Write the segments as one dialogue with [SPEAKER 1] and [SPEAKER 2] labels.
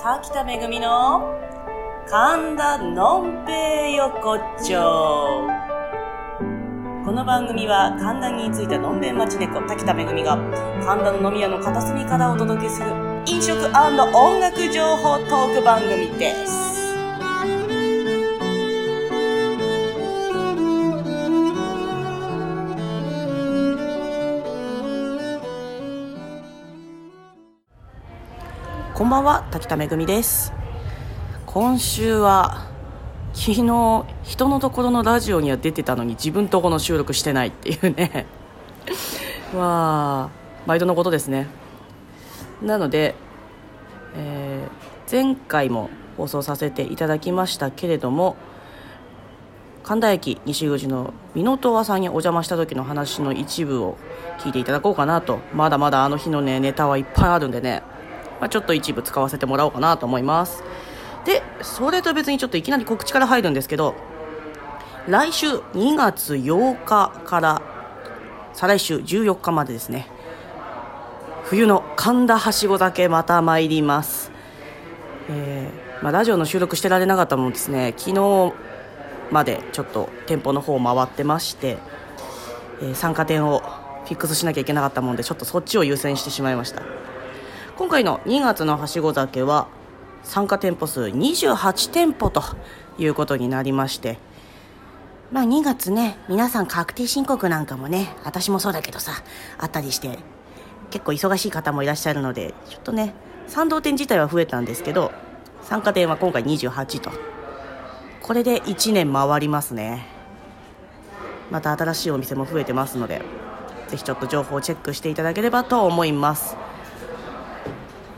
[SPEAKER 1] 川北めぐみの神田のんぺい横丁この番組は神田に居ついたのんべん町猫滝田めぐみが神田の飲み屋の片隅からお届けする飲食音楽情報トーク番組ですこんばんは滝田めぐみです今週は昨日人のところのラジオには出てたのに自分とこの収録してないっていうね わあ毎度のことですねなので、えー前回も放送させていただきましたけれども神田駅西口の美濃東和さんにお邪魔した時の話の一部を聞いていただこうかなとまだまだあの日のねネタはいっぱいあるんでね、まあ、ちょっと一部使わせてもらおうかなと思いますでそれと別にちょっといきなり告知から入るんですけど来週2月8日から再来週14日までですね冬の神田はしご酒また参ります、えーまあ、ラジオの収録してられなかったもんですね昨日までちょっと店舗の方を回ってまして、えー参加店をフィックスしなきゃいけなかったもんでちょっとそっちを優先してしまいました今回の2月のはしご酒は参加店舗数28店舗ということになりましてまあ2月ね皆さん確定申告なんかもね私もそうだけどさあったりして結構忙しい方もいらっしゃるのでちょっとね賛同店自体は増えたんですけど参加店は今回28とこれで1年回りますねまた新しいお店も増えてますのでぜひちょっと情報をチェックしていただければと思います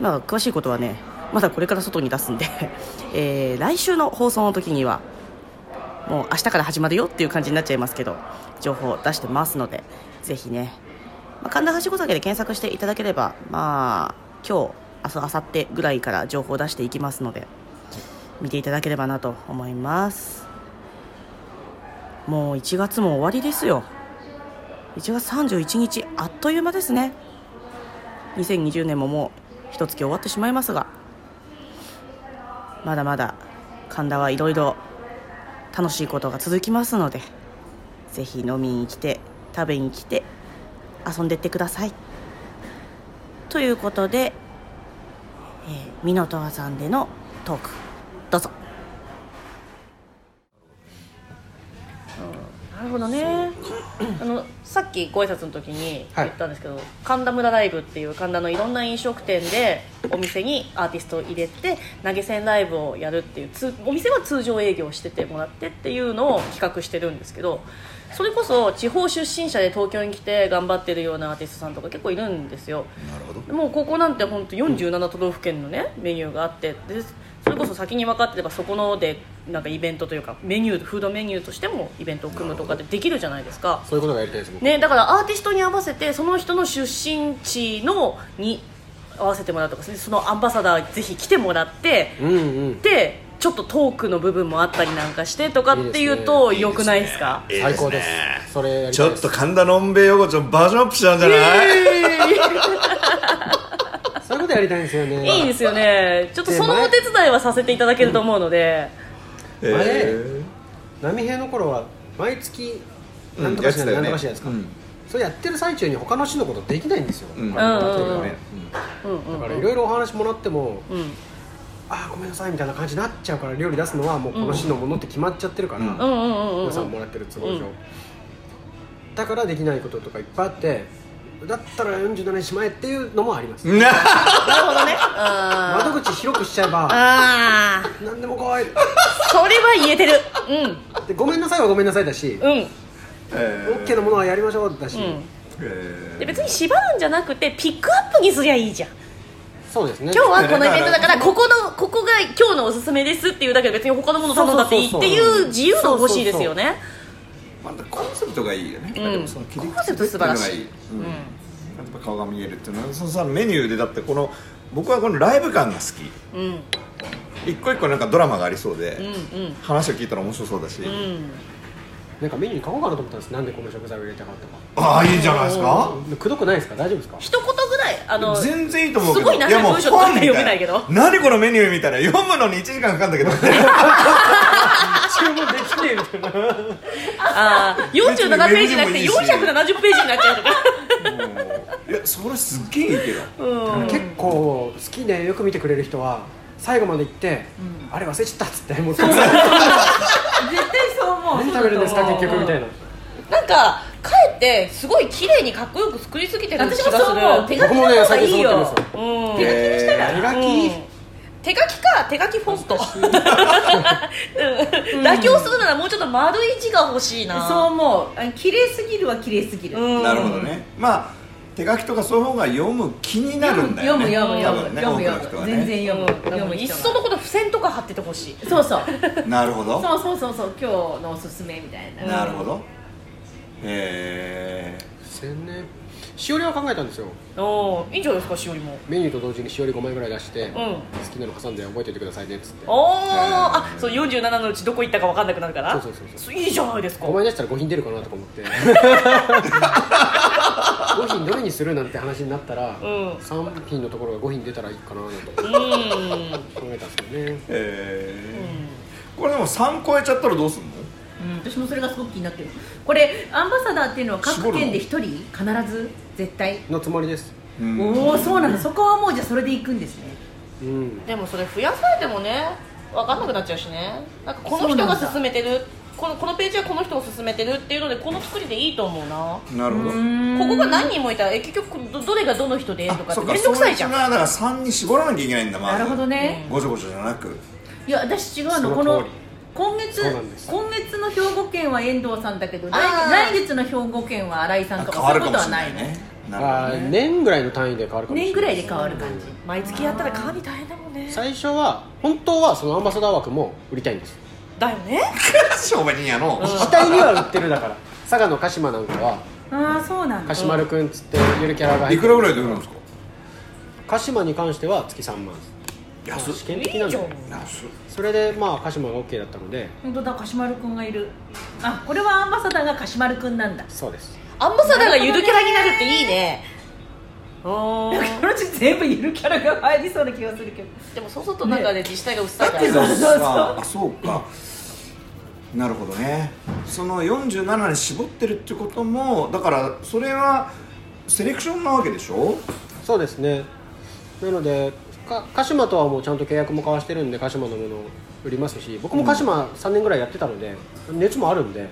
[SPEAKER 1] まあ、詳しいことはねまだこれから外に出すんで、 えー来週の放送の時にはもう明日から始まるよっていう感じになっちゃいますけど情報を出してますのでぜひね、まあ、神田はしご酒で検索していただければまあ今日明日明後日ぐらいから情報を出していきますので見ていただければなと思いますもう1月も終わりですよ1月31日あっという間ですね2020年ももう一月終わってしまいますがまだまだ神田はいろいろ楽しいことが続きますのでぜひ飲みに来て食べに来て遊んでってくださいということで、えー、美濃十和さんでのトークどうぞ、なるほどねあのさっきご挨拶の時に言ったんですけど、神田村ライブっていう神田のいろんな飲食店でお店にアーティストを入れて投げ銭ライブをやるっていうつお店は通常営業しててもらってっていうのを企画してるんですけどそれこそ地方出身者で東京に来て頑張ってるようなアーティストさんとか結構いるんですよ
[SPEAKER 2] なるほど
[SPEAKER 1] もうここなんて本当47都道府県のねメニューがあってでそれこそ先に分かってればそこのでなんかイベントというかメニューフードメニューとしてもイベントを組むとかってできるじゃないですか
[SPEAKER 2] そういうことがやりたいです僕
[SPEAKER 1] ね、だからアーティストに合わせてその人の出身地のに合わせてもらうとかそのアンバサダーぜひ来てもらって、
[SPEAKER 2] うんうん
[SPEAKER 1] でちょっとトークの部分もあったりなんかしてとかっていうと良くないですか
[SPEAKER 2] 最高ですそれやり
[SPEAKER 3] ち
[SPEAKER 2] たい
[SPEAKER 3] ょ
[SPEAKER 2] で
[SPEAKER 3] っ
[SPEAKER 2] す
[SPEAKER 3] と神田のんべい横丁バージョンアップしたんじゃない
[SPEAKER 2] そういうことやりたいんですよ
[SPEAKER 1] いい
[SPEAKER 2] ね
[SPEAKER 1] ですよねちょっとそのお手伝いはさせていただけると思うので、
[SPEAKER 3] え
[SPEAKER 2] あれ
[SPEAKER 3] ー
[SPEAKER 2] 波平の頃は毎月なんとかしない、
[SPEAKER 3] うん
[SPEAKER 2] なんと
[SPEAKER 3] や
[SPEAKER 2] か
[SPEAKER 3] って
[SPEAKER 2] しない
[SPEAKER 3] たよね
[SPEAKER 2] ですか、
[SPEAKER 3] うん
[SPEAKER 2] それやってる最中に他の市のことできないんですよ、
[SPEAKER 3] うん
[SPEAKER 2] 他の
[SPEAKER 1] うんうん
[SPEAKER 2] 例
[SPEAKER 1] うん
[SPEAKER 2] え
[SPEAKER 1] うんうん
[SPEAKER 2] ばだからいろいろお話もらっても、
[SPEAKER 1] うん
[SPEAKER 2] ああごめんなさいみたいな感じになっちゃうから料理出すのはもうこの市のものって決まっちゃってるから、
[SPEAKER 3] うん
[SPEAKER 1] うんうんうんうん
[SPEAKER 2] 皆さんもらってる都合上、だからできないこととかいっぱいあってだったら47しまえっていうのもあり ます、
[SPEAKER 3] な
[SPEAKER 1] なるほどねあー
[SPEAKER 2] 窓口広くしちゃえば
[SPEAKER 1] あー
[SPEAKER 2] 何でも来い
[SPEAKER 1] それは言えてる
[SPEAKER 2] でごめんなさいはごめんなさいだし、
[SPEAKER 1] うんうん
[SPEAKER 3] え
[SPEAKER 2] オッケーのものはやりましょうだし、
[SPEAKER 1] うん
[SPEAKER 3] ー
[SPEAKER 1] で別に縛るんじゃなくてピックアップにすりゃいいじゃん
[SPEAKER 2] そう ですね
[SPEAKER 1] 今日はこのイベントだからここのここが今日のおすすめですっていうだけで別に他のもの頼んだっていいっていう自由度欲しいですよね
[SPEAKER 3] またコンセプトがいいよね
[SPEAKER 1] ん
[SPEAKER 3] でもその切り口
[SPEAKER 1] コンセプト素晴らしい
[SPEAKER 3] ってうのがいいうんやっぱ顔が見えるっていうのはそのさメニューでだってこの僕はこのライブ感が好き
[SPEAKER 1] うんうん
[SPEAKER 3] 一個一個なんかドラマがありそう
[SPEAKER 1] う
[SPEAKER 3] で
[SPEAKER 1] ん
[SPEAKER 3] 話を聞いたら面白そうだし
[SPEAKER 1] うん
[SPEAKER 2] なんかメニューに書こうかなと思ったんですなんでこの食材を入れたかとか
[SPEAKER 3] ああいいじゃないですか
[SPEAKER 2] くどくないですか大丈夫ですか
[SPEAKER 1] 一言ぐらあの
[SPEAKER 3] 全然いいと思うけ
[SPEAKER 1] す
[SPEAKER 3] ど
[SPEAKER 1] ごい長い文章とか読めないけど
[SPEAKER 3] 何このメニューみたいな読むのに1時間かかんだけど
[SPEAKER 2] 注文できねえみたいな
[SPEAKER 1] ああ47ページじゃなくて
[SPEAKER 3] 別にメ
[SPEAKER 1] 470
[SPEAKER 3] モ
[SPEAKER 1] ページになっちゃうとか
[SPEAKER 3] いやそれすっげえいいけど
[SPEAKER 1] うん
[SPEAKER 2] 結構好きでよく見てくれる人は最後まで行って、あれ忘れちゃったっつってもう
[SPEAKER 4] 絶対そう思う
[SPEAKER 2] 何食べるんですか
[SPEAKER 4] そうだ
[SPEAKER 2] 結
[SPEAKER 4] と思
[SPEAKER 2] 局
[SPEAKER 4] う
[SPEAKER 2] みたいな
[SPEAKER 1] なんかかえってすごい綺麗にかっこよく作りすぎてる気が
[SPEAKER 4] 私
[SPEAKER 1] す
[SPEAKER 4] も
[SPEAKER 1] る
[SPEAKER 4] そう思う手書き
[SPEAKER 2] 僕
[SPEAKER 4] の
[SPEAKER 2] もね
[SPEAKER 4] 方が
[SPEAKER 2] 最
[SPEAKER 4] い
[SPEAKER 2] 近
[SPEAKER 4] い
[SPEAKER 2] そう
[SPEAKER 4] よ
[SPEAKER 2] 思ってます
[SPEAKER 1] う
[SPEAKER 2] よ
[SPEAKER 1] ん
[SPEAKER 4] 手書きにしたら
[SPEAKER 3] えー
[SPEAKER 2] 手書
[SPEAKER 1] うん
[SPEAKER 2] き、
[SPEAKER 1] 手書きか手書きフォント うん妥協するならもうちょっと丸い字が欲しいな
[SPEAKER 4] そう思うあ綺麗すぎるは綺麗すぎる、
[SPEAKER 1] うん
[SPEAKER 3] なるほどねまあ手書きとかそういう方が読む気になるんだよね
[SPEAKER 4] 読む読む
[SPEAKER 3] 多分
[SPEAKER 4] 読む
[SPEAKER 3] ね多くの人は
[SPEAKER 4] 読む読む、
[SPEAKER 3] ね
[SPEAKER 4] 全然読む、読む
[SPEAKER 1] いっ
[SPEAKER 4] 人は
[SPEAKER 1] そのこと付箋とか貼っててほしい
[SPEAKER 4] そうそう
[SPEAKER 3] なるほど
[SPEAKER 4] そうそうそうそう今日のおすすめみたいな、
[SPEAKER 3] なるほどへえ
[SPEAKER 2] 千年しおりは考えたんですよ
[SPEAKER 1] おーいいんじゃないですかしおりも
[SPEAKER 2] メニューと同時にしおり5枚ぐらい出して、
[SPEAKER 1] うん
[SPEAKER 2] 好きなの挟んで覚えておいてくださいねっつって
[SPEAKER 1] おおあそう47のうちどこ行ったか分かんなくなるから
[SPEAKER 2] そうそうそうそ
[SPEAKER 1] いいじゃないですか
[SPEAKER 2] 5枚出したら5品出るかなとか思って5品どれにするなんて話になったら、
[SPEAKER 1] うん
[SPEAKER 2] 三3品のところが5品出たらいいかなと
[SPEAKER 1] う
[SPEAKER 2] 考
[SPEAKER 1] ん
[SPEAKER 2] えたんですけどね
[SPEAKER 3] えこれでも3超えちゃったらどうすんの
[SPEAKER 4] うん、私もそれがすごく気になってるこれアンバサダーっていうのは
[SPEAKER 3] 絞
[SPEAKER 4] 各
[SPEAKER 3] るの
[SPEAKER 4] 県で一人必ず絶対、
[SPEAKER 2] のつもりです
[SPEAKER 3] うん
[SPEAKER 4] おおそうなのそこはもうじゃあそれで行くんですね
[SPEAKER 2] うん
[SPEAKER 1] でもそれ増やされてもね分かんなくなっちゃうしねなんかこの人が勧めてるこのこのページはこの人を勧めてるっていうのでこの作りでいいと思うな
[SPEAKER 3] なるほど
[SPEAKER 1] ここが何人もいたらえ結局どどれがどの人でとか
[SPEAKER 3] あ
[SPEAKER 1] って
[SPEAKER 3] そっか
[SPEAKER 1] 面倒くさいじゃん
[SPEAKER 3] そうう人がだから3に絞らなきゃいけないんだま
[SPEAKER 4] な
[SPEAKER 3] ず
[SPEAKER 4] るほどね、
[SPEAKER 3] ごちょごちょじゃなく
[SPEAKER 4] いや私違う
[SPEAKER 2] その
[SPEAKER 4] の
[SPEAKER 2] 通
[SPEAKER 4] この
[SPEAKER 2] り
[SPEAKER 4] 今月
[SPEAKER 2] そうなんです
[SPEAKER 4] 今月の兵庫県は遠藤さんだけど来
[SPEAKER 1] あー
[SPEAKER 4] 来月の兵庫県は新井さんとか
[SPEAKER 3] 変
[SPEAKER 4] そ
[SPEAKER 3] わ
[SPEAKER 4] うい
[SPEAKER 3] るか
[SPEAKER 4] うこ
[SPEAKER 3] も
[SPEAKER 4] と
[SPEAKER 3] し
[SPEAKER 4] は
[SPEAKER 3] れな
[SPEAKER 4] な
[SPEAKER 3] い
[SPEAKER 4] いの
[SPEAKER 3] ねな
[SPEAKER 2] あ
[SPEAKER 3] るほど
[SPEAKER 2] ー
[SPEAKER 3] ね
[SPEAKER 2] 年ぐらいの単位で変わるかもしれない
[SPEAKER 4] 年ぐらいで変わる感じ
[SPEAKER 1] 毎月やったら管理大変だもんね
[SPEAKER 2] 最初は本当はそのアンバサダー枠も売りたいんです
[SPEAKER 1] だよね
[SPEAKER 3] 商売人やの
[SPEAKER 2] 死体には売ってるだから佐賀の鹿島なんかは
[SPEAKER 4] ああそうなん
[SPEAKER 2] 鹿
[SPEAKER 4] だ
[SPEAKER 2] 島るくんっつってゆるキャラが入
[SPEAKER 3] い
[SPEAKER 2] っ
[SPEAKER 3] く
[SPEAKER 2] て
[SPEAKER 3] らぐらいで売るんですか
[SPEAKER 2] 鹿島に関しては月3万
[SPEAKER 3] 安っ
[SPEAKER 2] 試験
[SPEAKER 1] いい
[SPEAKER 2] 的
[SPEAKER 1] じゃ
[SPEAKER 2] なん
[SPEAKER 1] ん
[SPEAKER 2] でそれでまあ鹿島が OK だったので
[SPEAKER 4] 本当だ鹿島るくんがいるあこれはアンバサダーが鹿島るくんなんだ
[SPEAKER 2] そうです
[SPEAKER 1] アンバサダーがゆるキャラになるっていいねおー
[SPEAKER 4] このうち全部ゆるキャラが入りそうな気がするけど
[SPEAKER 1] でもそうするとなんかね自治体がうっさ
[SPEAKER 3] だ
[SPEAKER 1] い
[SPEAKER 3] っ
[SPEAKER 1] か
[SPEAKER 3] て
[SPEAKER 1] ら
[SPEAKER 3] さ
[SPEAKER 4] そうそう
[SPEAKER 3] さあそうかなるほどねその47に絞ってるってこともだからそれはセレクションなわけでしょ
[SPEAKER 2] そうですねなのでか鹿島とはもうちゃんと契約も交わしてるんで鹿島のものを売りますし僕も鹿島3年ぐらいやってたので熱もあるんで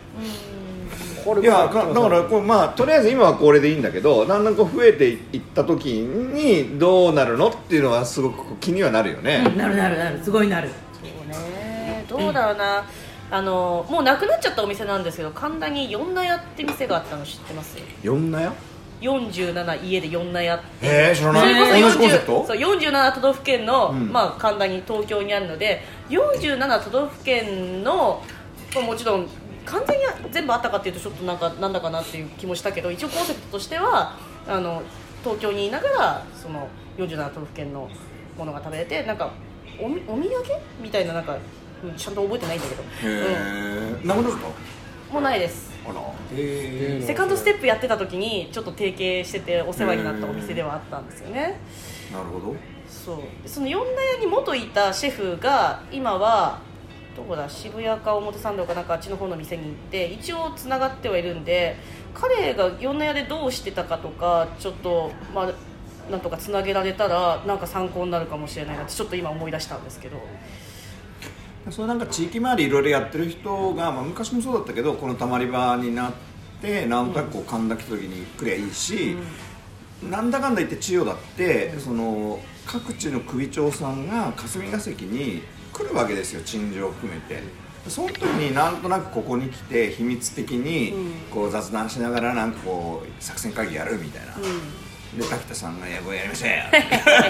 [SPEAKER 2] これ
[SPEAKER 3] いやかだからこうまあとりあえず今はこれでいいんだけどだんだんこう増えていった時にどうなるのっていうのはすごくこう気にはなるよね、
[SPEAKER 4] なるなるなるすごいなる
[SPEAKER 1] そうねどうだろうな、あのもうなくなっちゃったお店なんですけど神田に四納屋って店があったの知ってます
[SPEAKER 3] 四んなよ
[SPEAKER 1] 47家で四納屋って
[SPEAKER 3] へえ知ら
[SPEAKER 1] それこ
[SPEAKER 3] ない同じ
[SPEAKER 1] そ
[SPEAKER 3] コンセプ
[SPEAKER 1] 40
[SPEAKER 3] ト
[SPEAKER 1] そう47都道府県の、
[SPEAKER 3] うん
[SPEAKER 1] まあ、神田に東京にあるので47都道府県のまあもちろん完全に全部あったかっていうとちょっとなんかなんだかなっていう気もしたけど一応コンセプトとしてはあの東京にいながらその47都道府県のものが食べれてなんかおみお土産みたいななんかうんちゃんと覚えてないんだけど、
[SPEAKER 3] へえなくなった
[SPEAKER 1] うん、もうないです
[SPEAKER 3] あらへ
[SPEAKER 1] セカンドステップやってた時にちょっと提携しててお世話になったお店ではあったんですよね、
[SPEAKER 3] えなるほど
[SPEAKER 1] そうその四大屋に元いたシェフが今はどこだ渋谷か表参道かなんかあっちの方の店に行って一応つながってはいるんで彼が四大屋でどうしてたかとかちょっとまあなんとかつなげられたらなんか参考になるかもしれないなってちょっと今思い出したんですけど
[SPEAKER 3] そうなんか地域周りいろいろやってる人が、まあ、昔もそうだったけどこのたまり場になってなんとなくこう神田来た時にくりゃいいし、なんだかんだ言って千代だって、その各地の首長さんが霞が関に来るわけですよ陳情を含めて。その時になんとなくここに来て秘密的にこう雑談しながらなんかこう作戦会議やるみたいな、で滝田さんが「いやこれやりましょうよ」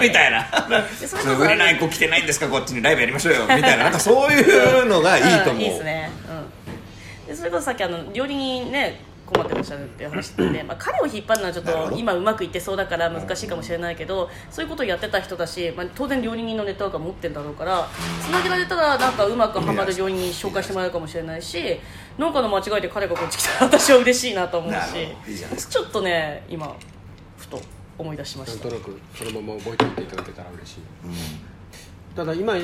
[SPEAKER 3] みた いな「
[SPEAKER 1] でそ
[SPEAKER 3] そ
[SPEAKER 1] れこそ
[SPEAKER 3] れ売れない子来てないんですかこっちにライブやりましょうよ」みたいななんかそういうのがいいと思う、
[SPEAKER 1] んいいですね、うん、でそれこそさっきあの料理人ね困ってらっしゃるっていう話 で、まあ、彼を引っ張るのはちょっ
[SPEAKER 3] なるほ
[SPEAKER 1] と
[SPEAKER 3] ど
[SPEAKER 1] 今うまくいってそうだから難しいかもしれないけどそういうことをやってた人だし、まあ、当然料理人のネットワークは持ってるだろうからつなげられたらなんかうまくはまる料理人紹介してもらえるかもしれないし農家の間違いで彼がこっち来たら私は嬉しいなと思うし
[SPEAKER 3] なるほどいいじゃないです
[SPEAKER 1] ちょっとね今ふと思い出しま
[SPEAKER 2] なん
[SPEAKER 1] し
[SPEAKER 2] と
[SPEAKER 1] た
[SPEAKER 2] なくそのまま覚えておいていただけたら嬉しいただ今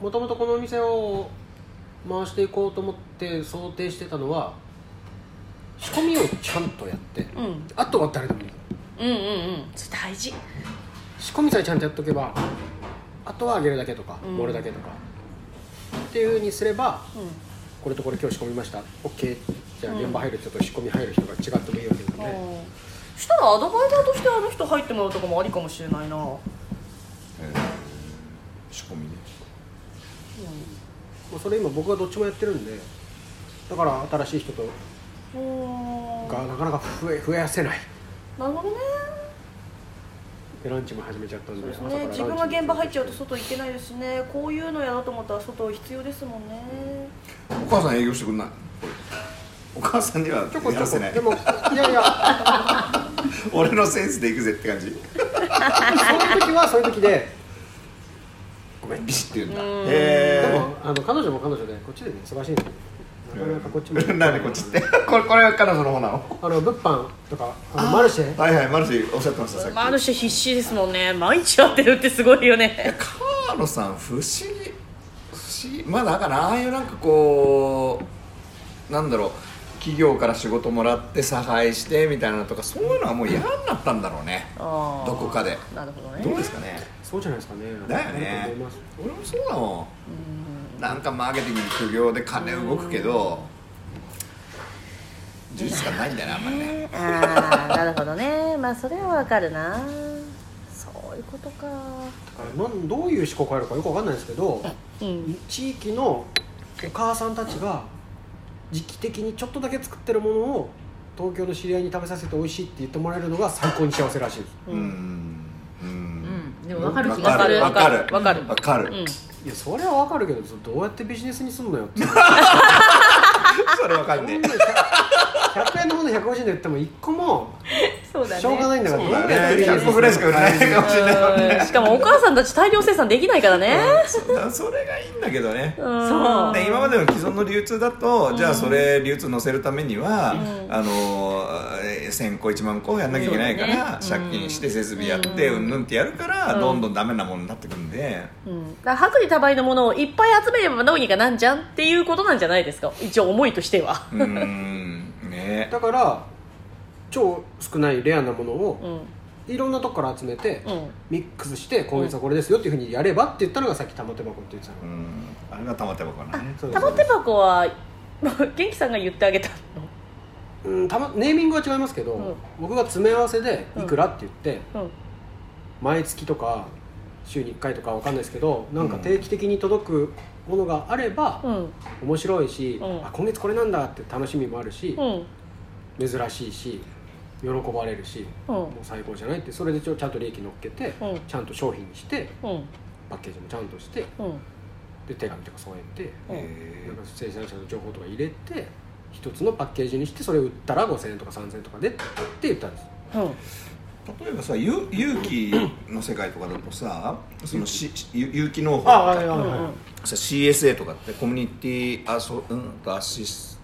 [SPEAKER 2] もともとこのお店を回していこうと思って想定してたのは仕込みをちゃんとやって、
[SPEAKER 1] うん
[SPEAKER 2] あとは誰でもいい
[SPEAKER 1] うんうんうんそれ大事
[SPEAKER 2] 仕込みさえちゃんとやっとけばあとは揚げるだけとか
[SPEAKER 1] うん
[SPEAKER 2] 盛るだけとか、っていうふうにすれば
[SPEAKER 1] う
[SPEAKER 2] これとこれ今日仕込みました OK じゃあ現場入る人と仕込み入る人が違ってもいいわけ
[SPEAKER 1] ん、
[SPEAKER 2] なので、
[SPEAKER 1] そしたらアドバイザーとしてあの人入ってもらうとかもありかもしれないな、うん、
[SPEAKER 3] えー仕込みね
[SPEAKER 2] もうそれ今僕がどっちもやってるんでだから新しい人と
[SPEAKER 1] おー
[SPEAKER 2] がなかなか増え増やせない
[SPEAKER 1] なるほどね
[SPEAKER 2] でランチも始めちゃったんで
[SPEAKER 1] そうですね自分が現場入っちゃうと外行けないですしねこういうのやなと思ったら外必要ですもんね
[SPEAKER 3] お母さん営業してくんないお母さんには
[SPEAKER 2] ちょこちょ
[SPEAKER 3] やら
[SPEAKER 2] こ
[SPEAKER 3] せない
[SPEAKER 2] でもいやいや
[SPEAKER 3] 俺のセンスでいくぜって感じ
[SPEAKER 2] そういう時はそういう時で
[SPEAKER 3] ごめんビシッて言うんだ
[SPEAKER 1] うん
[SPEAKER 2] で
[SPEAKER 3] へ
[SPEAKER 2] もあの彼女も彼女でこっちでね忙しいの
[SPEAKER 3] え
[SPEAKER 2] なかなかこっちも
[SPEAKER 3] なんでこっちってこれこれは彼女の方なの
[SPEAKER 2] あの物販とかあのマルシェ
[SPEAKER 3] はいはいマルシーおっしゃってましたさっき
[SPEAKER 1] マルシェ必死ですもんね毎日会ってるってすごいよね
[SPEAKER 3] カーノさん不思議不思議まあだからああいうなんかこうなんだろう企業から仕事もらって差配してみたいなのとかそういうのはもう嫌になったんだろうね
[SPEAKER 1] あー
[SPEAKER 3] どこかで
[SPEAKER 1] なるほどね
[SPEAKER 3] どうですかね
[SPEAKER 2] そうじゃないですかね
[SPEAKER 3] だよ
[SPEAKER 2] ある
[SPEAKER 3] ね
[SPEAKER 2] と思います
[SPEAKER 3] 俺もそうだもんなんかマーケティング苦行で金動くけど事実がないんだよねあんまりね
[SPEAKER 1] ああなるほどねまあそれはわかるなそういうことか
[SPEAKER 2] だからなんどういう思考変えるかよくわかんないですけど
[SPEAKER 1] うん
[SPEAKER 2] 地域のお母さんたちが時期的にちょっとだけ作ってるものを東京の知り合いに食べさせて美味しいって言ってもらえるのが最高に幸せらしいです
[SPEAKER 3] う
[SPEAKER 1] うん
[SPEAKER 3] んう
[SPEAKER 4] うんでも分かる気がする
[SPEAKER 3] わかる
[SPEAKER 1] わかる
[SPEAKER 3] わかる
[SPEAKER 1] うん
[SPEAKER 2] いやそれはわかるけどどうやってビジネスにすんのよって
[SPEAKER 3] それわかんねえ
[SPEAKER 2] 100円のもの150円で売っても1個も
[SPEAKER 4] そうだね
[SPEAKER 2] しょうがないんだから
[SPEAKER 3] そう
[SPEAKER 2] どうや
[SPEAKER 3] だ
[SPEAKER 2] って
[SPEAKER 3] ね
[SPEAKER 2] ビジネス
[SPEAKER 3] 100個ぐらいしか売らないかもしれないもんね
[SPEAKER 1] うんしかもお母さんたち大量生産できないからね
[SPEAKER 3] そそれがいいんだけどね
[SPEAKER 1] うん
[SPEAKER 4] そう
[SPEAKER 3] で今までの既存の流通だと、じゃあそれ流通乗せるためには、
[SPEAKER 1] うん
[SPEAKER 3] あのえー1000個1万個やんなきゃいけないから、
[SPEAKER 1] そうだね
[SPEAKER 3] 借金して設備やって
[SPEAKER 1] う
[SPEAKER 3] うんんぬんってやるから、
[SPEAKER 1] うん
[SPEAKER 3] どんどんダメなものになってくんで、
[SPEAKER 1] うん、だから薄利多売のものをいっぱい集めればどうにかなんじゃんっていうことなんじゃないですか一応思いとしては
[SPEAKER 3] うーんね
[SPEAKER 2] だから超少ないレアなもの
[SPEAKER 1] う
[SPEAKER 2] を
[SPEAKER 1] ん
[SPEAKER 2] いろんなとこから集めて
[SPEAKER 1] うん
[SPEAKER 2] ミックスして今月はこれですよっていうふうにやればって言ったのがさっき玉手箱って言ってたの
[SPEAKER 3] うんあれが玉手箱ね
[SPEAKER 2] そうです
[SPEAKER 1] 玉手箱は元気さんが言ってあげたの
[SPEAKER 2] うんたまネーミングは違いますけど、
[SPEAKER 1] うん
[SPEAKER 2] 僕が詰め合わせでいくらって言って、
[SPEAKER 1] うん
[SPEAKER 2] 毎月とか週に1回とかわかんないですけどなんか定期的に届くものがあれば
[SPEAKER 1] うん
[SPEAKER 2] 面白いし、
[SPEAKER 1] うん
[SPEAKER 2] あ今月これなんだって楽しみもあるし
[SPEAKER 1] う、ん
[SPEAKER 2] 珍しいし喜ばれるし、
[SPEAKER 1] うん
[SPEAKER 2] もう最高じゃないってそれでちょちゃんと利益乗っけて、
[SPEAKER 1] うん
[SPEAKER 2] ちゃんと商品にして
[SPEAKER 1] うん
[SPEAKER 2] パッケージもちゃんとして
[SPEAKER 1] うん
[SPEAKER 2] で手紙とか添えて、
[SPEAKER 1] うん
[SPEAKER 3] へ
[SPEAKER 2] なんか生産者の情報とか入れて一つのパッケージにしてそれ売ったら5000円とか3000円とかでって言ったんです
[SPEAKER 1] うん
[SPEAKER 3] ー例えばさゆ有機の世界とかだとさそのしゆ有機農法と
[SPEAKER 2] ああ
[SPEAKER 3] か
[SPEAKER 2] はいはいはい、
[SPEAKER 1] うん
[SPEAKER 3] さ CSA とかってコミュニティアソうんとアシス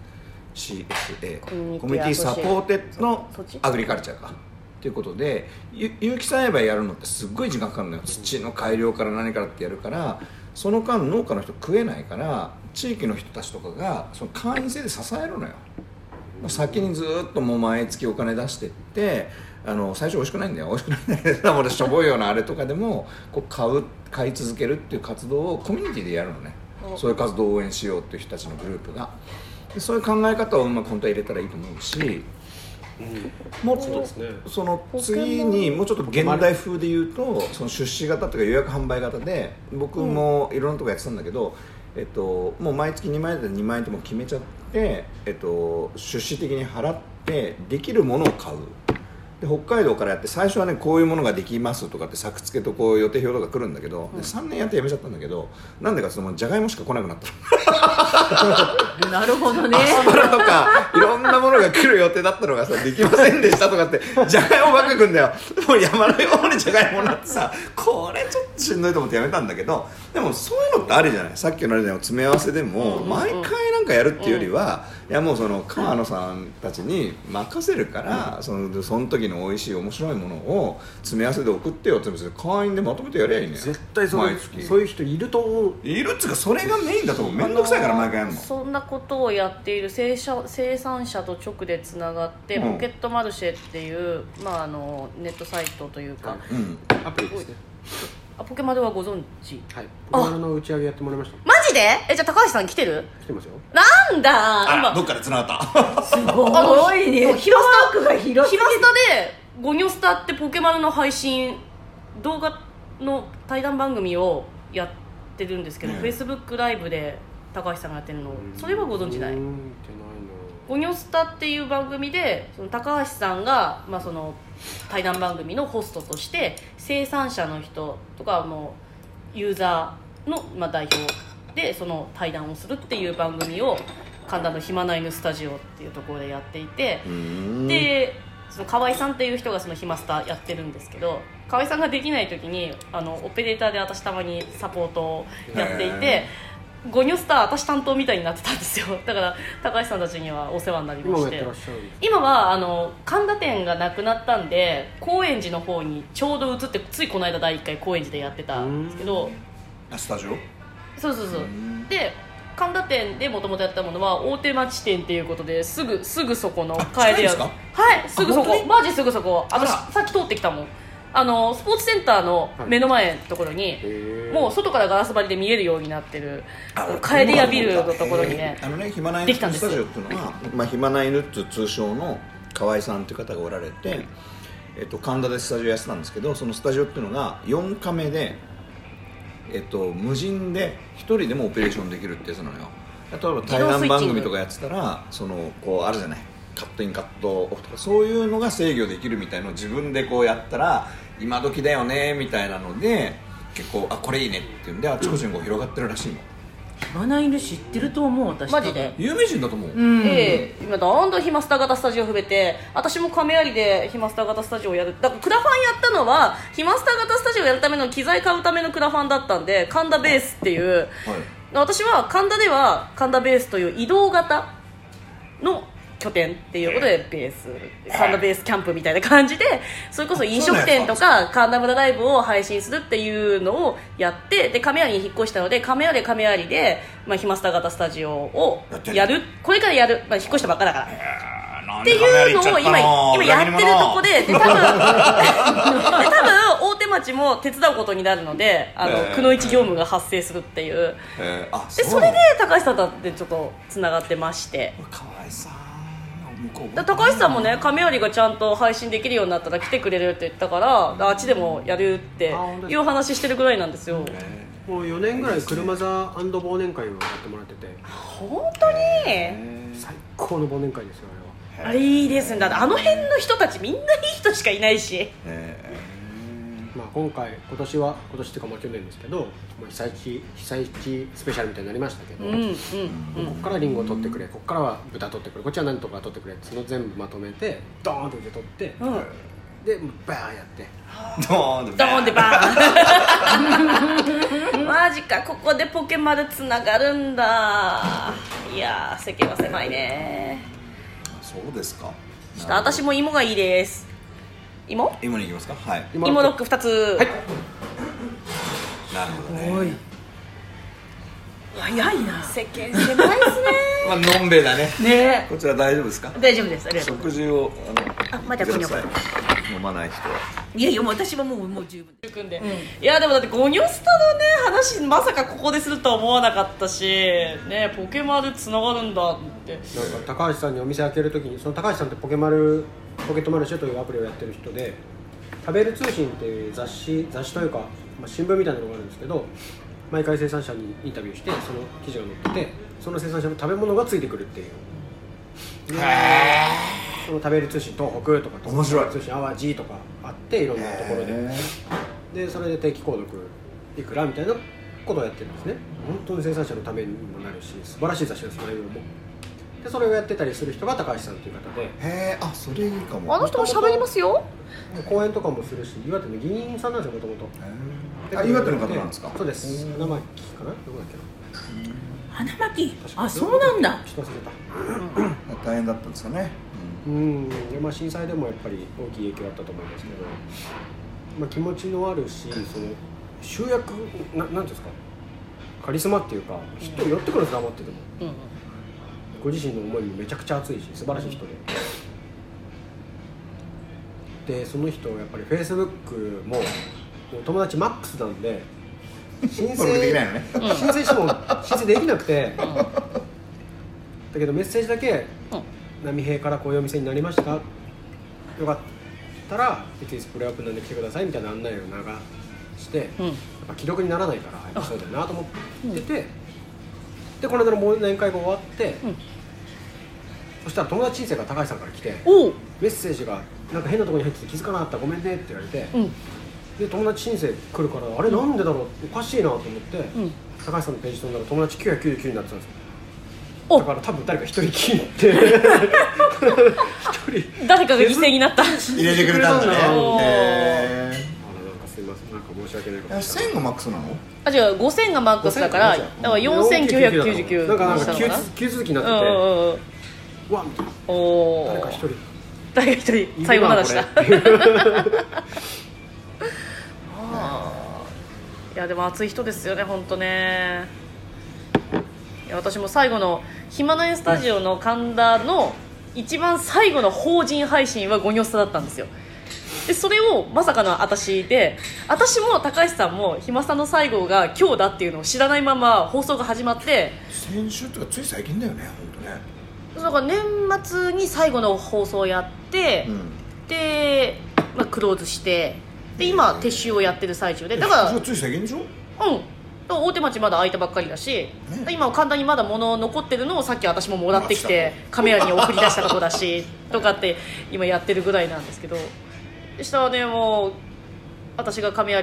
[SPEAKER 3] CSA
[SPEAKER 1] コミュニティ
[SPEAKER 3] コミュニティサポーテッドの
[SPEAKER 1] そっち
[SPEAKER 3] アグリカルチャーかということでゆ有機栽培やるのってすっごい時間かかるのよ土の改良から何からってやるからその間農家の人食えないから地域の人たちとかがその会員制で支えるのよ先にずーっともう毎月お金出してってあの最初美味しくないんだよ美味しくないんだけど俺しょぼいようなあれとかでもこう買う買い続けるっていう活動をコミュニティでやるのね
[SPEAKER 1] お
[SPEAKER 3] そういう活動を応援しようっていう人たちのグループがでそういう考え方をうまく本当は入れたらいいと思うしもっ
[SPEAKER 2] そう
[SPEAKER 3] と
[SPEAKER 2] ですね
[SPEAKER 3] その次にもうちょっと現代風で言うとその出資型とか予約販売型で僕もいろんなとこやってたんだけど、えっと、もう毎月2万円で2万円ってもう決めちゃって、えっと、出資的に払ってできるものを買う。で北海道からやって最初はねこういうものができますとかって作付けとこう予定表とか来るんだけど、で3年やってやめちゃったんだけどなんでかそのじゃがいもしか来なくなったの
[SPEAKER 4] なるほどね
[SPEAKER 3] アスパラとかいろんなものが来る予定だったのがさできませんでしたとかってじゃがいもばっかくんだよもう山のようにじゃがいもになってさこれちょっとしんどいと思ってやめたんだけどでもそういうのってあるじゃないさっきのあれじゃない詰め合わせでも毎回なんかやるっていうよりは、いやもうその川野さんたちに任せるから、そのその時の美味しい面白いものを詰め合わせで送ってよって別に会員でまとめてやりゃいいね
[SPEAKER 2] 絶対そ
[SPEAKER 3] 毎
[SPEAKER 2] の
[SPEAKER 3] 月
[SPEAKER 2] そういう人いると思う
[SPEAKER 3] いるっつうかそれがメインだと思う面倒くさいから毎回やるの
[SPEAKER 1] そんなことをやっている生産生産者と直でつながって、
[SPEAKER 3] うん
[SPEAKER 1] ポケットマルシェっていう、まあ、あのネットサイトというか、
[SPEAKER 2] はい
[SPEAKER 3] うん
[SPEAKER 2] アプリですね
[SPEAKER 1] あポケマルはご存知
[SPEAKER 2] はい
[SPEAKER 1] あ
[SPEAKER 2] ポケマルの打ち上げやってもらいました
[SPEAKER 1] マジでえじゃあ高橋さん来てる
[SPEAKER 2] 来てますよ
[SPEAKER 1] なんだ
[SPEAKER 3] あら
[SPEAKER 1] 今
[SPEAKER 3] どっかでつながった
[SPEAKER 4] すごいね
[SPEAKER 1] ヒロ
[SPEAKER 4] ストックが広す
[SPEAKER 1] ヒ
[SPEAKER 4] ぎ
[SPEAKER 1] マ
[SPEAKER 4] る
[SPEAKER 1] スタで「ゴニョスタ」ってポケマルの配信動画の対談番組をやってるんですけど、
[SPEAKER 3] ね
[SPEAKER 1] フェイスブックライブで高橋さんがやってるのそれはご存知な
[SPEAKER 2] う
[SPEAKER 1] い
[SPEAKER 2] ーんって
[SPEAKER 1] 「ゴニョスタ」っていう番組でその高橋さんが、まあ、その対談番組のホストとして生産者の人とかもうユーザーの、まあ、代表でその対談をするっていう番組を神田の「暇な犬スタジオ」っていうところでやっていて。でその河合さんっていう人がそのヒマスタやってるんですけど河合さんができない時にあのオペレーターで私たまにサポートをやっていて
[SPEAKER 3] へ
[SPEAKER 1] ゴニョスター私担当みたいになってたんですよ だから高橋さんたちにはお世話になり
[SPEAKER 2] ない
[SPEAKER 1] ま
[SPEAKER 2] の今も
[SPEAKER 1] し
[SPEAKER 2] や
[SPEAKER 1] て
[SPEAKER 2] ってらっしゃるんです
[SPEAKER 1] 今はあの神田店がなくなったんで高円寺の方にちょうど移ってついこの間第1回高円寺でやってたんですけど
[SPEAKER 3] あスタジオ
[SPEAKER 1] そうそうそう
[SPEAKER 3] うん
[SPEAKER 1] で神田店でもともとやったものは大手町店っていうことですぐすぐそこの楓
[SPEAKER 3] 近いんです
[SPEAKER 1] 屋
[SPEAKER 3] か
[SPEAKER 1] はいすぐそ
[SPEAKER 3] あ本
[SPEAKER 1] こ
[SPEAKER 3] 当に
[SPEAKER 1] マジすぐそこあの
[SPEAKER 3] あら
[SPEAKER 1] さっき通ってきたもんあのスポーツセンターの目の前のところに、
[SPEAKER 2] へー
[SPEAKER 1] もう外からガラス張りで見えるようになってる
[SPEAKER 3] あ俺
[SPEAKER 1] 楓屋ビルのところにね
[SPEAKER 3] えーあのね「暇
[SPEAKER 1] で
[SPEAKER 3] な犬」
[SPEAKER 1] きたんで
[SPEAKER 3] ス
[SPEAKER 1] すよ
[SPEAKER 3] タジオっていうのは「まあ、暇な犬」っていう通称の河合さんという方がおられて、えっと、神田でスタジオやってたんですけどそのスタジオっていうのが4カメで、えっと、無人で1人でもオペレーションできるってやつなのよ例えば対
[SPEAKER 1] 自動スイッチング
[SPEAKER 3] 談番組とかやってたらそのこうあるじゃないカットインカットオフとかそういうのが制御できるみたいのを自分でこうやったら今時だよねみたいなので結構あこれいいねっていうんであちこちにこう広がってるらしいの
[SPEAKER 4] マナ犬知ってると思う私
[SPEAKER 1] マジで
[SPEAKER 3] 有名人だと思う、
[SPEAKER 4] うん
[SPEAKER 1] で今どんどんヒマスタ型スタジオ増えて私も亀有でヒマスタ型スタジオやるだからクラファンやったのはヒマスタ型スタジオやるための機材買うためのクラファンだったんで神田ベースっていう
[SPEAKER 3] はい
[SPEAKER 1] 私は神田では神田ベースという移動型の拠点っていうことでベース神田ベースキャンプみたいな感じでそれこそ飲食店とか神田村ライブを配信するっていうのをやってで亀有に引っ越したので亀有亀有で、まあ、ヒマスタ型スタジオをやるこれからやる、まあ、引っ越したばっかだから
[SPEAKER 3] っ
[SPEAKER 1] っていうのを今今やってるとこでで多分で多分大手町も手伝うことになるのであ
[SPEAKER 3] え
[SPEAKER 1] の
[SPEAKER 3] ー
[SPEAKER 1] くの一業務が発生するっていう
[SPEAKER 3] えーあ
[SPEAKER 1] で
[SPEAKER 3] そう
[SPEAKER 1] それで高橋さんとってちょっとつながってまして
[SPEAKER 3] 河合さん向こう
[SPEAKER 1] だ高橋さんもね亀有がちゃんと配信できるようになったら来てくれるって言ったからあっちでもやるって
[SPEAKER 2] あ本当です
[SPEAKER 1] い
[SPEAKER 2] か
[SPEAKER 1] う話してるぐらいなんですよ
[SPEAKER 3] え
[SPEAKER 2] もう4年ぐらい車座忘年会をやってもらってて
[SPEAKER 1] 本当に
[SPEAKER 3] ー
[SPEAKER 2] 最高の忘年会ですよあれは
[SPEAKER 1] あれいいですねだってあの辺の人たちみんないい人しかいないし
[SPEAKER 3] えー
[SPEAKER 2] まあ、今回今年は今年っていうかまあ去年ですけど、まあ、被災地被災地スペシャルみたいになりましたけど、
[SPEAKER 1] うんうんうん
[SPEAKER 2] ここからリンゴを取ってくれここからは豚取ってくれこっちは何とか取ってくれその全部まとめてドーンと受け取って、
[SPEAKER 1] うん
[SPEAKER 2] でバーンやって
[SPEAKER 3] ドーン
[SPEAKER 1] ドーンでバーン マジかここでポケマルつながるんだいやー世間は狭いね
[SPEAKER 3] そうですか
[SPEAKER 1] ちょっと私も芋がいいです芋
[SPEAKER 3] 今に行きますかはい
[SPEAKER 2] 今
[SPEAKER 1] 芋ロック2つ
[SPEAKER 2] はい
[SPEAKER 3] なるほどね
[SPEAKER 4] 早いな
[SPEAKER 1] 世間狭いっすね
[SPEAKER 3] まあのんべえだね
[SPEAKER 4] ね
[SPEAKER 3] こちら大丈夫ですか
[SPEAKER 4] 大丈夫ですありがとうござい
[SPEAKER 3] 食事をあの
[SPEAKER 4] あまだ
[SPEAKER 3] くださ
[SPEAKER 4] こ
[SPEAKER 3] い飲まない人は
[SPEAKER 4] ますいやいやもう私はもうもう十分
[SPEAKER 1] 組んでいやでもだってゴニョスタのね話まさかここでするとは思わなかったしねポケマルつながるんだって
[SPEAKER 2] なんか高橋さんにお店開けるときにその高橋さんってポケマルポケットマルシェというアプリをやってる人で「食べる通信」っていう雑誌雑誌というか、まあ、新聞みたいなのがあるんですけど毎回生産者にインタビューしてその記事が載っててその生産者の食べ物がついてくるっていう。その食べる通信東北とか
[SPEAKER 3] 面白い
[SPEAKER 2] 食べる通信淡路とかあっていろんなところで
[SPEAKER 3] へ
[SPEAKER 2] でそれで定期購読いくらみたいなことをやってるんですね本当に生産者のためにもなるし素晴らしい雑誌です内容もでそれをやってたりする人が高橋さんという方で
[SPEAKER 3] へえあそれいいかも
[SPEAKER 5] あの人も喋りますよ
[SPEAKER 2] もう講演とかもするし岩手の議員さんなんですよもともと
[SPEAKER 3] へーあ岩手の方なんですか
[SPEAKER 2] そうです花巻かなどこだっけな
[SPEAKER 4] 花巻
[SPEAKER 2] 確か
[SPEAKER 4] あそうなんだ
[SPEAKER 2] ちょっと忘れた
[SPEAKER 3] 大変だったんですかね、
[SPEAKER 2] うんでまあ、震災でもやっぱり大きい影響あったと思いますけど、まあ、気持ちのあるしその集約ななんていうんですかカリスマっていうか人寄ってくるんです黙ってても
[SPEAKER 1] うんうん
[SPEAKER 2] ご自身の思いもめちゃくちゃ熱いし素晴らしい人ででその人やっぱりフェイスブックももう友達マックスなんで申
[SPEAKER 3] 登録できない
[SPEAKER 2] 請
[SPEAKER 3] のね
[SPEAKER 2] 申請しても申請できなくてだけどメッセージだけ
[SPEAKER 1] うん
[SPEAKER 2] 「波平からこういうお店になりましたかよかったらいついつプレオープンなんで来てください」みたいな案内を流して、
[SPEAKER 1] うん
[SPEAKER 2] やっぱ既読にならないからやっぱそうだよなと思ってて、でこの間の忘年会が終わって、
[SPEAKER 1] うん
[SPEAKER 2] そしたら友達人生が高橋さんから来て
[SPEAKER 1] おう
[SPEAKER 2] メッセージがなんか変なところに入ってて気づかなかったごめんねって言われて、
[SPEAKER 1] うん
[SPEAKER 2] で友達申請来るからあれなんでだろうおかしいなと思って、
[SPEAKER 1] ん
[SPEAKER 2] 高橋さんのページ飛んだら友達999になってたんですよ
[SPEAKER 1] お
[SPEAKER 2] だから多分誰か一人聞いて一人
[SPEAKER 1] 誰かが犠牲に なった
[SPEAKER 3] 入れてくれたんだね
[SPEAKER 1] おー
[SPEAKER 3] へー
[SPEAKER 2] あらなんかすいませんなんか申し訳ないか
[SPEAKER 3] え
[SPEAKER 2] もしれない
[SPEAKER 3] 線がマックスなの
[SPEAKER 1] あ違う5000がマックスだからだから4999
[SPEAKER 2] なんかなんか
[SPEAKER 1] に
[SPEAKER 2] 急
[SPEAKER 1] したの
[SPEAKER 2] 急続きになっ
[SPEAKER 1] かなうんうん
[SPEAKER 2] て
[SPEAKER 1] うん
[SPEAKER 2] てうわみたいな
[SPEAKER 1] おお
[SPEAKER 2] 誰か一人
[SPEAKER 1] 誰か一人最後まだした
[SPEAKER 2] いるなこれ
[SPEAKER 1] いやでも暑い人ですよね本当ねいや私も最後の「ヒマナエスタジオ」の神田の一番最後の法人配信はゴニョスタだったんですよでそれをまさかの私で私も高橋さんも「ひまさんの最後が今日だ」っていうのを知らないまま放送が始まって
[SPEAKER 3] 先週とかつい最近だよね本当ね
[SPEAKER 1] だから年末に最後の放送をやって、で、まあ、クローズしてで今撤収をやってる最中でだから
[SPEAKER 3] それつい最近でしょ
[SPEAKER 1] うん大手町まだ空いたばっかりだし、今は簡単にまだ物残ってるのをさっき私ももらってきてカメラに送り出したとこだしとかって今やってるぐらいなんですけど下はねもう私が亀有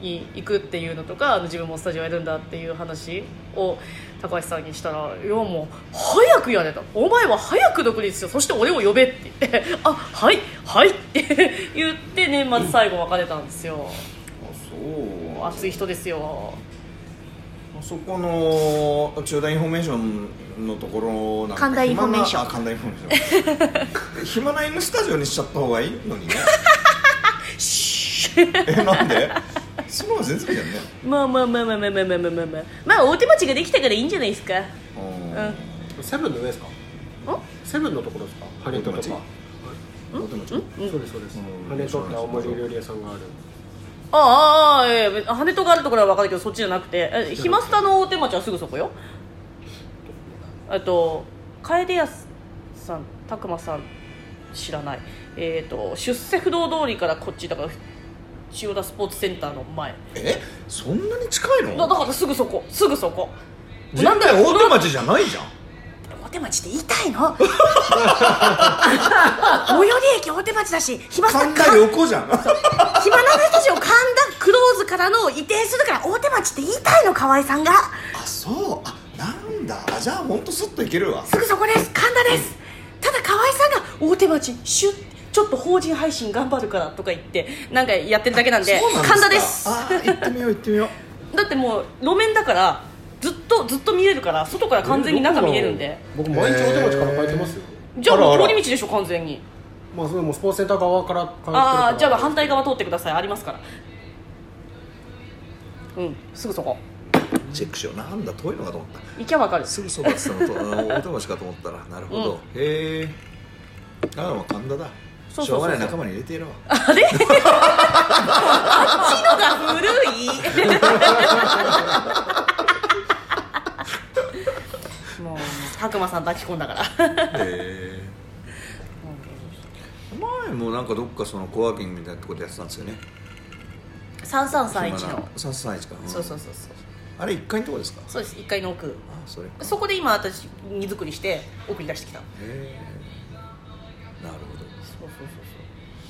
[SPEAKER 1] に行くっていうのとかあの自分もスタジオやるんだっていう話を高橋さんにしたら「いやもう早くやれ」と「お前は早く独立しよそして俺を呼べ」って言って 「あはいはい」って言って年末最後別れたんですよ
[SPEAKER 3] あそう
[SPEAKER 1] 熱い人ですよ
[SPEAKER 3] あそこの中大インフォメーションのところなんか
[SPEAKER 1] 神田インフォメーション
[SPEAKER 3] 暇なあ神田インフォメー ション暇な犬スタジオにしちゃった方がいいのにねえなんでその方が全然いいじゃんね
[SPEAKER 1] まあまあまあまあまあまあまあまあまあまあまあ大手町ができたからいいんじゃないですか
[SPEAKER 3] うん
[SPEAKER 1] うん
[SPEAKER 2] セブンの上ですかセブンのところですか羽根とか
[SPEAKER 3] 大手町お手持ち
[SPEAKER 2] そうですそうです
[SPEAKER 3] うん
[SPEAKER 2] 羽根取った思い出料理屋さんがある
[SPEAKER 1] ああああええ羽とがあるところは分かるけどそっちじゃなくてえひまスタの大手町はすぐそこよえっと楓屋さん拓磨さん知らないえっ、と出世不動通りからこっちだから千代田スポーツセンターの前
[SPEAKER 3] えそんなに近い
[SPEAKER 1] だだ
[SPEAKER 3] の
[SPEAKER 1] からすぐそこすぐそこ
[SPEAKER 3] 絶対大手町じゃないじゃん
[SPEAKER 1] 大手町って言いたいの 最寄り駅大手町だし暇
[SPEAKER 3] 神田横じゃん
[SPEAKER 1] 暇なの人たちを神田クローズからの移転するから大手町って言いたいの河合さんが
[SPEAKER 3] あそうあなんだあじゃあ本当スッといけるわ
[SPEAKER 1] すぐそこです神田ですただ河合さんが大手町シュッちょっと法人配信頑張るからとか言ってなんかやってるだけなんで
[SPEAKER 3] そうなん
[SPEAKER 1] 神田です
[SPEAKER 3] かあー行ってみよう行ってみよう
[SPEAKER 1] だってもう路面だからずっとずっと見れるから外から完全に中見えるんで
[SPEAKER 2] 僕毎日お手持ちから帰ってますよ
[SPEAKER 1] じゃあも
[SPEAKER 3] あら
[SPEAKER 1] う
[SPEAKER 3] あら
[SPEAKER 1] 通り道でしょ完全に
[SPEAKER 2] まあそれもスポーツセンター側から帰ってるから
[SPEAKER 1] ああじゃあ反対側通ってくださいありますからうんすぐそこ
[SPEAKER 3] チェックしようなんだ遠いのかと思った
[SPEAKER 1] 行きゃわかる
[SPEAKER 3] すぐそばって言ったのとあ大手町かと思ったらなるほど、
[SPEAKER 1] うん
[SPEAKER 3] へえああまあ神田だ
[SPEAKER 1] そうそうそうそう
[SPEAKER 3] しょうがない仲間に入れてやろ う
[SPEAKER 1] あれあっ ちのが古いもう白馬さん抱き込んだから
[SPEAKER 3] へえ前もなんかどっかそのコワーキングみたいなとこでやってたんですよね
[SPEAKER 1] 3331の
[SPEAKER 3] 3三1か、ん
[SPEAKER 1] そうそうそうそう
[SPEAKER 3] あれ1階のとこですか
[SPEAKER 1] そうです1階の奥
[SPEAKER 3] あそれか
[SPEAKER 1] そこで今私荷造りして送り出してきた
[SPEAKER 3] へえなるほど
[SPEAKER 1] そうそうそう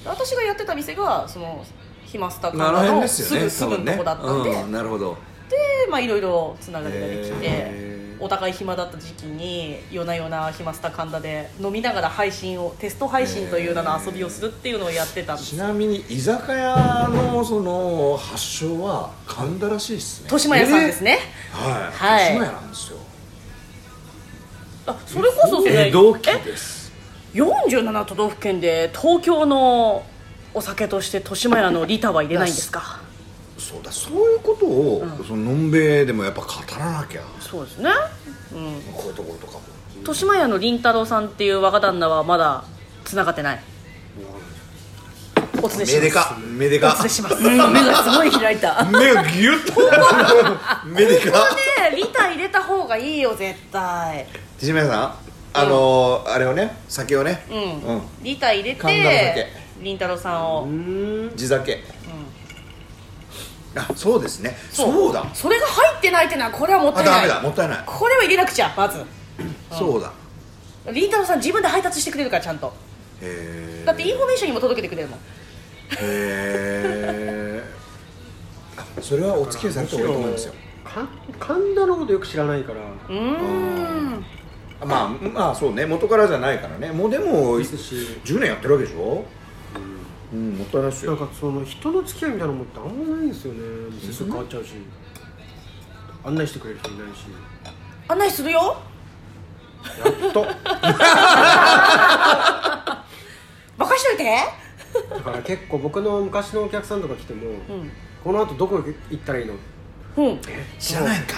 [SPEAKER 1] そう私がやってた店がそのヒマスタ
[SPEAKER 3] あの
[SPEAKER 1] カ
[SPEAKER 3] 辺
[SPEAKER 1] の
[SPEAKER 3] です
[SPEAKER 1] す
[SPEAKER 3] よね
[SPEAKER 1] ぐすぐのとこだったんで、
[SPEAKER 3] うん、なるほど
[SPEAKER 1] でまあいろいろつながりができて、
[SPEAKER 3] へえ
[SPEAKER 1] お互い暇だった時期に夜な夜な暇スタ神田で飲みながら配信をテスト配信という名の遊びをするっていうのをやってたんです
[SPEAKER 3] ちなみに居酒屋のその発祥は神田らしいですね
[SPEAKER 1] 豊島屋さんですね、
[SPEAKER 3] はい、
[SPEAKER 1] はい
[SPEAKER 3] 豊島屋なんですよ
[SPEAKER 1] あそれこそそれ
[SPEAKER 3] 江戸期です
[SPEAKER 1] 47都道府県で東京のお酒として豊島屋のリターは入れないんですか
[SPEAKER 3] そうだそういうことを、そののんべえでもやっぱ語らなきゃ
[SPEAKER 1] そうですね、うん、
[SPEAKER 3] こういうところとかも
[SPEAKER 1] 豊島屋の凛太郎さんっていう若旦那はまだつながってないおつ
[SPEAKER 3] め
[SPEAKER 1] でします
[SPEAKER 3] でかめで
[SPEAKER 1] お
[SPEAKER 3] か
[SPEAKER 1] つでします、 うん目がすごい開いたね
[SPEAKER 3] 目がギュッとめでか
[SPEAKER 1] えリター入れた方がいいよ絶対
[SPEAKER 3] 手島屋さんあのーあれをね酒をね
[SPEAKER 1] うん、
[SPEAKER 3] うん
[SPEAKER 1] リター入れ
[SPEAKER 3] 神田の酒
[SPEAKER 1] て凛太郎さんを、
[SPEAKER 3] 地酒、あそうですねそうだ
[SPEAKER 1] それが入ってないってのはこれはもった
[SPEAKER 3] あ
[SPEAKER 1] いない
[SPEAKER 3] ダメだもったいない
[SPEAKER 1] これは入れなくちゃまず
[SPEAKER 3] そうだ
[SPEAKER 1] 凛太郎さん自分で配達してくれるからちゃんと
[SPEAKER 3] へえ
[SPEAKER 1] だってインフォメーションにも届けてくれるもん
[SPEAKER 3] へえそれはお付き合いされた方がいいと思うんですよ
[SPEAKER 2] か神田のことよく知らないか
[SPEAKER 1] う
[SPEAKER 2] ら
[SPEAKER 1] ーん
[SPEAKER 3] まあまあそうね元からじゃないからねもうでも
[SPEAKER 2] ですし
[SPEAKER 3] 10年やってるわけでしょうん、もったいないです
[SPEAKER 2] なん
[SPEAKER 3] よ
[SPEAKER 2] かその人の付き合いみたいなもんってあんまないんですよねもうすぐ変わっちゃうし案内してくれる人いないし
[SPEAKER 1] 案内するよ
[SPEAKER 2] やっと
[SPEAKER 1] 任しといて
[SPEAKER 2] だから結構僕の昔のお客さんとか来ても、
[SPEAKER 1] ん
[SPEAKER 2] この後どこ行ったらいいの
[SPEAKER 1] うんっ
[SPEAKER 3] 知らないんか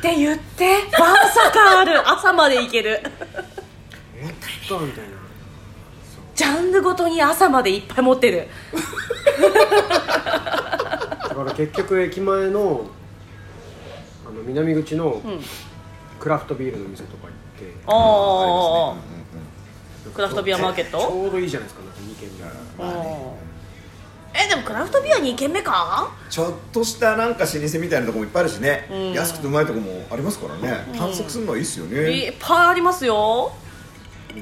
[SPEAKER 1] て言ってまさかある 朝まで行ける
[SPEAKER 2] やったみたいな
[SPEAKER 1] ジャンルごとに朝までいっぱい持ってる
[SPEAKER 2] だから結局駅前のあの南口の
[SPEAKER 1] ん
[SPEAKER 2] クラフトビールの店とか行って、
[SPEAKER 1] ああ、
[SPEAKER 3] ありますね
[SPEAKER 1] クラフトビアマーケッ
[SPEAKER 2] ち
[SPEAKER 1] ト
[SPEAKER 2] ょうどいいじゃないですかなんか2軒ぐらい
[SPEAKER 1] えでもクラフトビア2軒目か
[SPEAKER 3] うんうんちょっとしたなんか老舗みたいなとこもいっぱいあるしね、
[SPEAKER 1] うん
[SPEAKER 3] 安くてうまいとこもありますからね、探索するのはいいっすよね、
[SPEAKER 1] いっぱいありますよ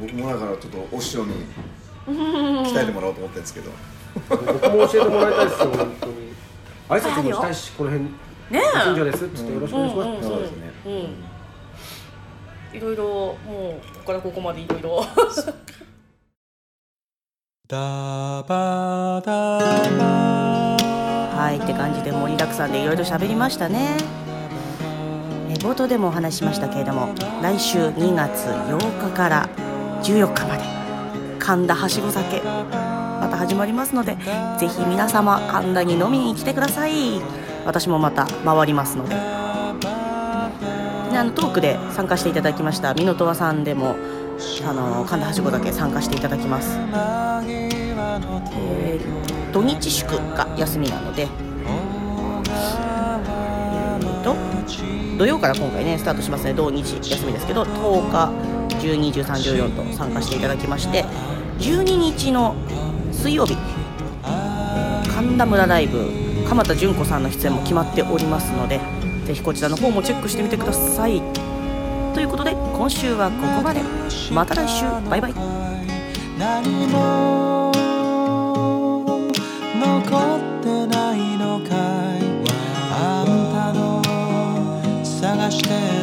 [SPEAKER 3] 僕もだからちょっとお師匠に鍛えてもらおうと思ってるんですけど
[SPEAKER 2] 僕も教えてもらいたいですよ本当に挨拶もしたいしこの辺
[SPEAKER 1] ね
[SPEAKER 2] 神社
[SPEAKER 1] え
[SPEAKER 2] ですっつってよろしくお願いします、
[SPEAKER 1] うん
[SPEAKER 3] そうですね、
[SPEAKER 1] いろいろもうここからここまでいろいろはいって感じで盛りだくさんでいろいろ喋りましたねえ冒頭でもお話ししましたけれども来週2月8日から14日まで神田はしご酒また始まりますのでぜひ皆様神田に飲みに来てください私もまた回りますのでであのトークで参加していただきましたミノトワさんでもあの神田はしごだけ参加していただきます、えー土日祝が休みなので、えーと土曜から今回ねスタートしますね土日休みですけど10日121314と参加していただきまして12日の水曜日神田村ライブ鎌田純子さんの出演も決まっておりますのでぜひこちらの方もチェックしてみてくださいということで今週はここまでまた来週バイバイ
[SPEAKER 5] 何も残ってないのかいあんたの探してる